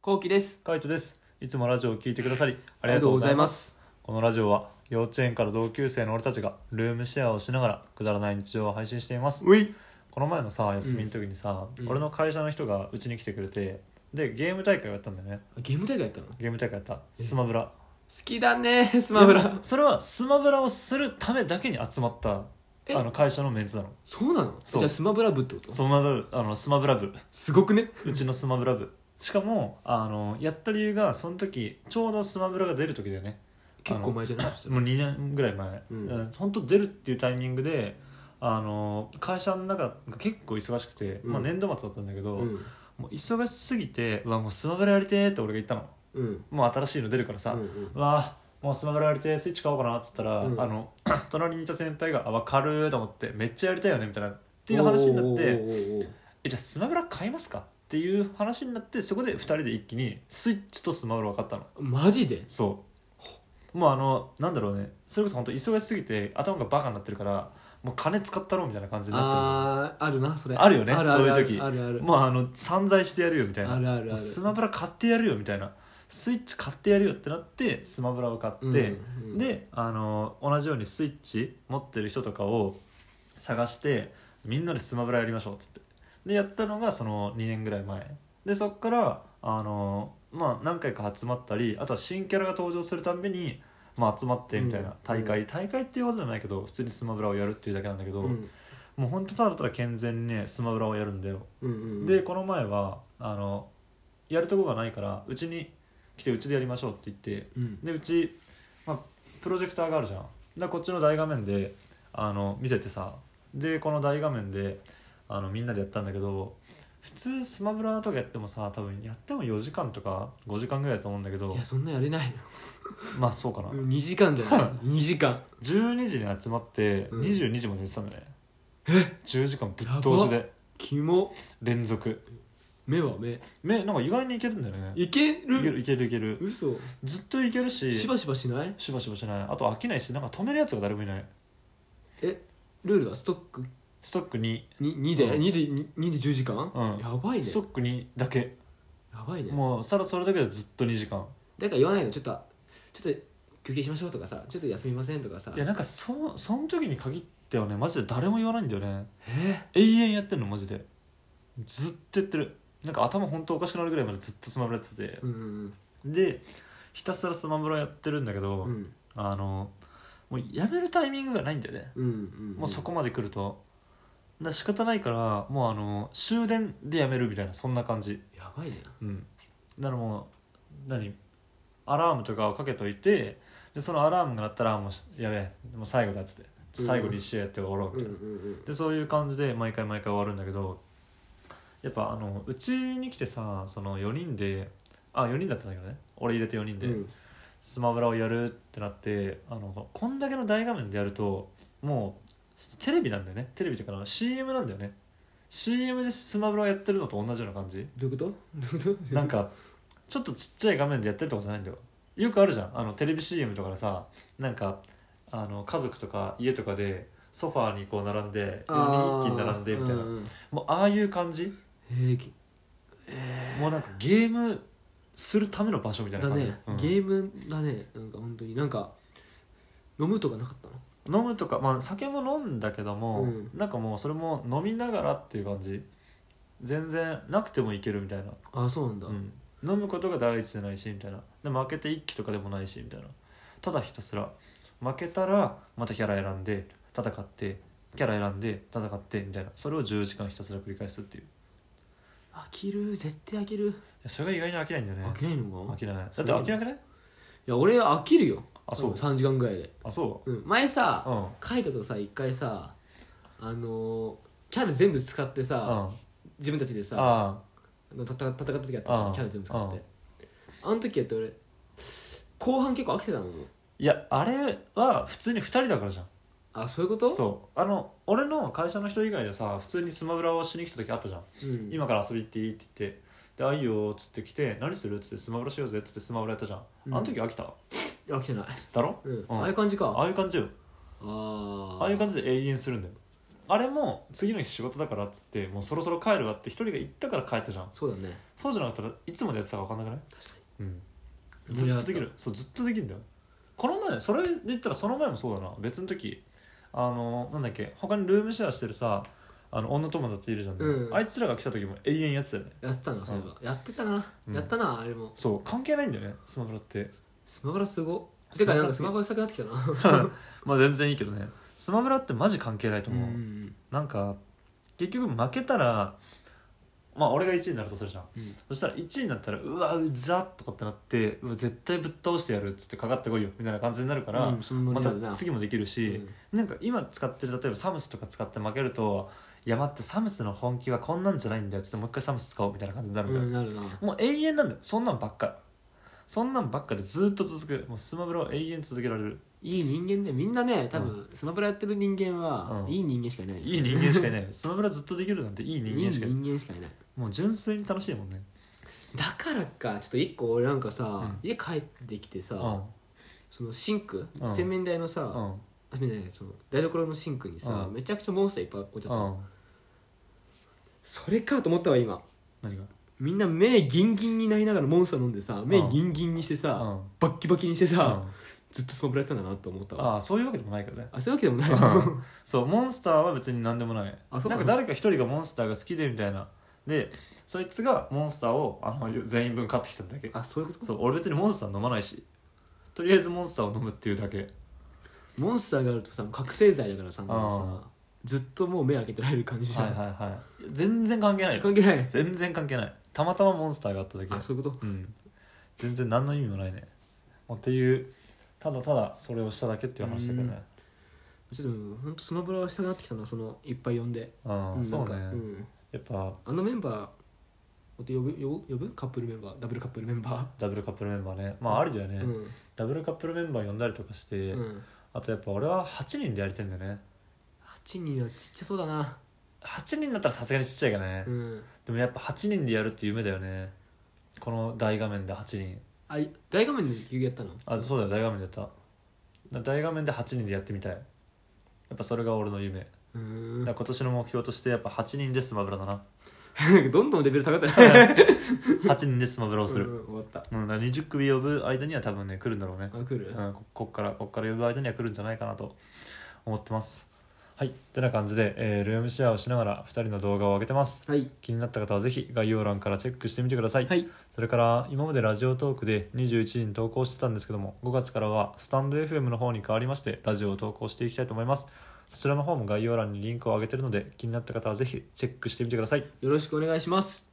こうきです。カイトですいつもラジオを聞いてくださりあありがとうございますす。このラジオは幼稚園から同級生の俺たちがルームシェアをしながらくだらない日常を配信していますうい。この前のさ休みの時にさ、うん俺の会社の人がうちに来てくれてでゲーム大会をやったんだよねゲーム大会やったの好ゲーム大会やったスマブラきだね、 スマブでもラ。それはスマブラをするためだけに集まったえあの会社のメンツなのそうなのそうじゃあスマブラ部ってことそんなあのスマブラ部すごくね。うちのスマブラ部しかもあのやった理由がその時ちょうどスマブラが出る時だよね結構前じゃないですもう2年ぐらい前、うんうん本当出るっていうタイミングであの会社の中が結構忙しくて、うんまあ、年度末だったんだけど、うん。もう忙しすぎて「うわもうスマブラやりて」って俺が言ったのうん。もう新しいの出るからさ「うんううんわもうスマブラやりてスイッチ買おうかな」っつったら、うんあの 隣にいた先輩が「あ分かる」と思って「めっちゃやりたいよね」みたいなっていう話になっおーておーおーおー「えじゃあスマブラ買いますか?」っていう話になってそこで2人で一気にスイッチとスマブラを買ったの。マジでそうもうあのなんだろうねそれこそ本当忙しすぎて頭がバカになってるからもう金使ったろうみたいな感じになってあー、あるな、それ。あるよねあるあるあるそういう時あるある。るもうあの散財してやるよみたいなあるあるあるもうスマブラ買ってやるよみたいなスイッチ買ってやるよってなってスマブラを買って、うんうんであの同じようにスイッチ持ってる人とかを探してみんなでスマブラやりましょうっつってでやったのがその2年ぐらい前でそっからあのまあ何回か集まったりあとは新キャラが登場するたんびに、まあ、集まってみたいうんな大会、大会っていうことじゃないけど普通にスマブラをやるっていうだけなんだけど、うんもうほんとただただ健全にねスマブラをやるんだようんうん。で、この前はあのやるとこがないからうちに来てうちでやりましょうって言ってうん。でうち、まあ、プロジェクターがあるじゃんだからこっちの大画面であの見せてさでこの大画面であのみんなでやったんだけど普通スマブラとかやってもさ多分やっても4時間とか5時間ぐらいだと思うんだけどいや、そんなやれないよ。まあそうかな2時間じゃない。2時間。 12時に集まってうん22時までやってたんだね、10時間ぶっ通しやでキモ。連続目は目。めなんか意外にいけるんだよねいけいけるるいけるいける嘘。ずっといけるししばしばしないしばしばしないあと飽きないしなんか止めるやつが誰もいないえ、ルールはストックストックにに2で、うん二で二二で10時間、うんやばいねストックにだけやばいねもうさらそれだけでずっと2時間だから言わないのちょっとちょっと休憩しましょうとかさちょっと休みませんとかさいやなんかそその時に限ってはねマジで誰も言わないんだよねえ永遠やってんのマジでずっとやってるなんか頭本当おかしくなるぐらいまでずっとスマブラやっててー、うんでひたすらスマブラやってるんだけど、うんうんあのもうやめるタイミングがないんだよね、うんうんもうそこまで来るとだから仕方ないからもうあの終電でやめるみたいなそんな感じやばいねうん、だからもう何アラームとかをかけといてでそのアラームが鳴ったらもうしやべえもう最後だっつって最後に一試合やって終わろうみうたんいな、うんうんでそういう感じで毎回毎回終わるんだけどやっぱあのうちに来てさその4人であ4人だったんだけどね俺入れて4人で、うんスマブラをやるってなってあのこんだけの大画面でやるともうテレビなんだよねテレビっていうかあの CM なんだよね CM でスマブラをやってるのと同じような感じどういうことどういう ことなんかちょっとちっちゃい画面でやってるとかじゃないんだよよくあるじゃんあのテレビ CM とかでさなんかあの家族とか家とかでソファーにこう並んで4人一気に並んでみたいなあーうんうんもうああいう感じえーきもうなんかゲームするための場所みたいなだ感じ、ね、うんゲームだねなんか本当になんか飲むとかなかったの飲むとか、まあ、酒も飲んだけども、うんなんかもうそれも飲みながらっていう感じ全然なくてもいけるみたいなああそうなんだ、うん、飲むことが第一じゃないしみたいなで負けて一気とかでもないしみたいなただひたすら負けたらまたキャラ選んで戦ってキャラ選んで戦ってみたいなそれを10時間ひたすら繰り返すっていうい飽きる絶対飽きる、やそれが意外に飽きないんだよね飽きないのか飽きないだってそうなの飽きなくないいや俺飽きるよあそうん3時間ぐらいで、あそうん、前さううんうんカイトとさ一回さあのーキャラ全部使ってさ、あ自分たちでさああの戦戦った時やったじゃうんんキャラ全部使ってあの時やって俺後半結構飽きてたのいやあれは普通に2人だからじゃんあそういうことそうあの俺の会社の人以外でさ普通にスマブラをしに来た時あったじゃんう、ん、今から遊び行っていいって言って「であいいよ」っつって来て「何する?」っつって「スマブラしようぜ」っつってスマブラやったじゃん、うんあの時飽きた飽きてない、だろうんうんああいう感じかああいう感じよあああいう感じじで永遠するんだよあれも次の日仕事だからっつってもうそろそろ帰るわって一人が行ったから帰ったじゃんそうだねそうじゃなかったらいつまでやってたか分かんなくない確かうんにずっとできるそうずっとできるんだよこの前それで言ったらその前もそうだな別の時あのなんだっけ他にルームシェアしてるさあの女友達いるじゃん、うんあいつらが来た時も永遠やってたよねやってたなそういえば、やってたな、うんやったなあれもそう関係ないんだよねスマブラってスマブラすごスてかマブラなんかスマブラしたくなってきたなまあ全然いいけどねスマブラってマジ関係ないとうんう思う、んなんか結局負けたらまあ俺が1位になるとするじゃんうんそしたら1位になったらうわうざとかってなってうわ絶対ぶっ倒してやるっつってかかってこいよみたいな感じになるから、うんそんなまにあるなた次もできるし、なんか今使ってる例えばサムスとか使って負けるといや待ってサムスの本気はこんなんじゃないんだよちょっともう一回サムス使おうみたいな感じになるうんんだよ、うんなるなもう永遠なんだよそんなんばっかそんなんばっかでずっと続くもうスマブラは永遠続けられるいい人間ねみんなね多分スマブラやってる人間は、うんいい人間しかいないいい人間しかいないよスマブラずっとできるなんていい人間しかいないい人間しかいないもう純粋に楽しいもんねだからかちょっと一個俺なんかさ、ん家帰ってきてさ、うんそのシンク、うん洗面台のさ、うあん洗面台その台所のシンクにさ、うんめちゃくちゃモンスターいっぱい置いてあうったの、んそれかと思ったわ今何がみんな目ギンギンになりながらモンスター飲んでさ目ギンギンにしてさ、うんバッキバキにしてさ、うんずっとスマブラやってたんだなと思ったわああそういうわけでもないけどねあそういうわけでもないうんそうモンスターは別に何でもないあそうななんのか誰か一人がモンスターが好きでみたいなでそいつがモンスターをあの全員分買ってきただけ あそういうことそう俺別にモンスター飲まないしとりあえずモンスターを飲むっていうだけモンスターがあるとさ覚醒剤だからさもううんさずっともう目開けてられる感じじゃん、はいはい全然関係ないよ関係ない全然関係ないたまたまモンスターがあっただけあそういうことうん全然何の意味もないねまあっていうただただそれをしただけっていう話だけどねちょっと本当スマブラはしたくなってきたなそのいっぱい呼んでうん、んそうね、なんかんやっぱあのメンバーを呼ぶ呼ぶ呼ぶカップルメンバーダブルカップルメンバダブルカップルメンバーねまあありだよね、ー、うんダブルカップルメンバー呼んだりとかして、うん、あとやっぱ俺は8人でやりたいんだよね8人はちっちゃそうだな、 8人だったらさすがにちっちゃいからね、うん、でもやっぱ8人でやるって夢だよねこの大画面で8人あい大画面で遊戯やったのあそうだよ大画面でやっただ大画面で8人でやってみたいやっぱそれが俺の夢だかうーんら今年の目標としてやっぱ8人でスマブラだな どんどんレベル下が ったね8人でスマブラをする、うん終わったうん、だから20組呼ぶ間には多分ね来るんだろうねあ来る、うん、ここっからこっから呼ぶ間には来るんじゃないかなと思ってますはいってな感じで、えールームシェアをしながら2人の動画を上げてますはい気になった方はぜひ概要欄からチェックしてみてください、はいそれから今までラジオトークで21時に投稿してたんですけども5月からはスタンド FM の方に変わりましてラジオを投稿していきたいと思いますそちらの方も概要欄にリンクを上げてるので気になった方はぜひチェックしてみてくださいよろしくお願いします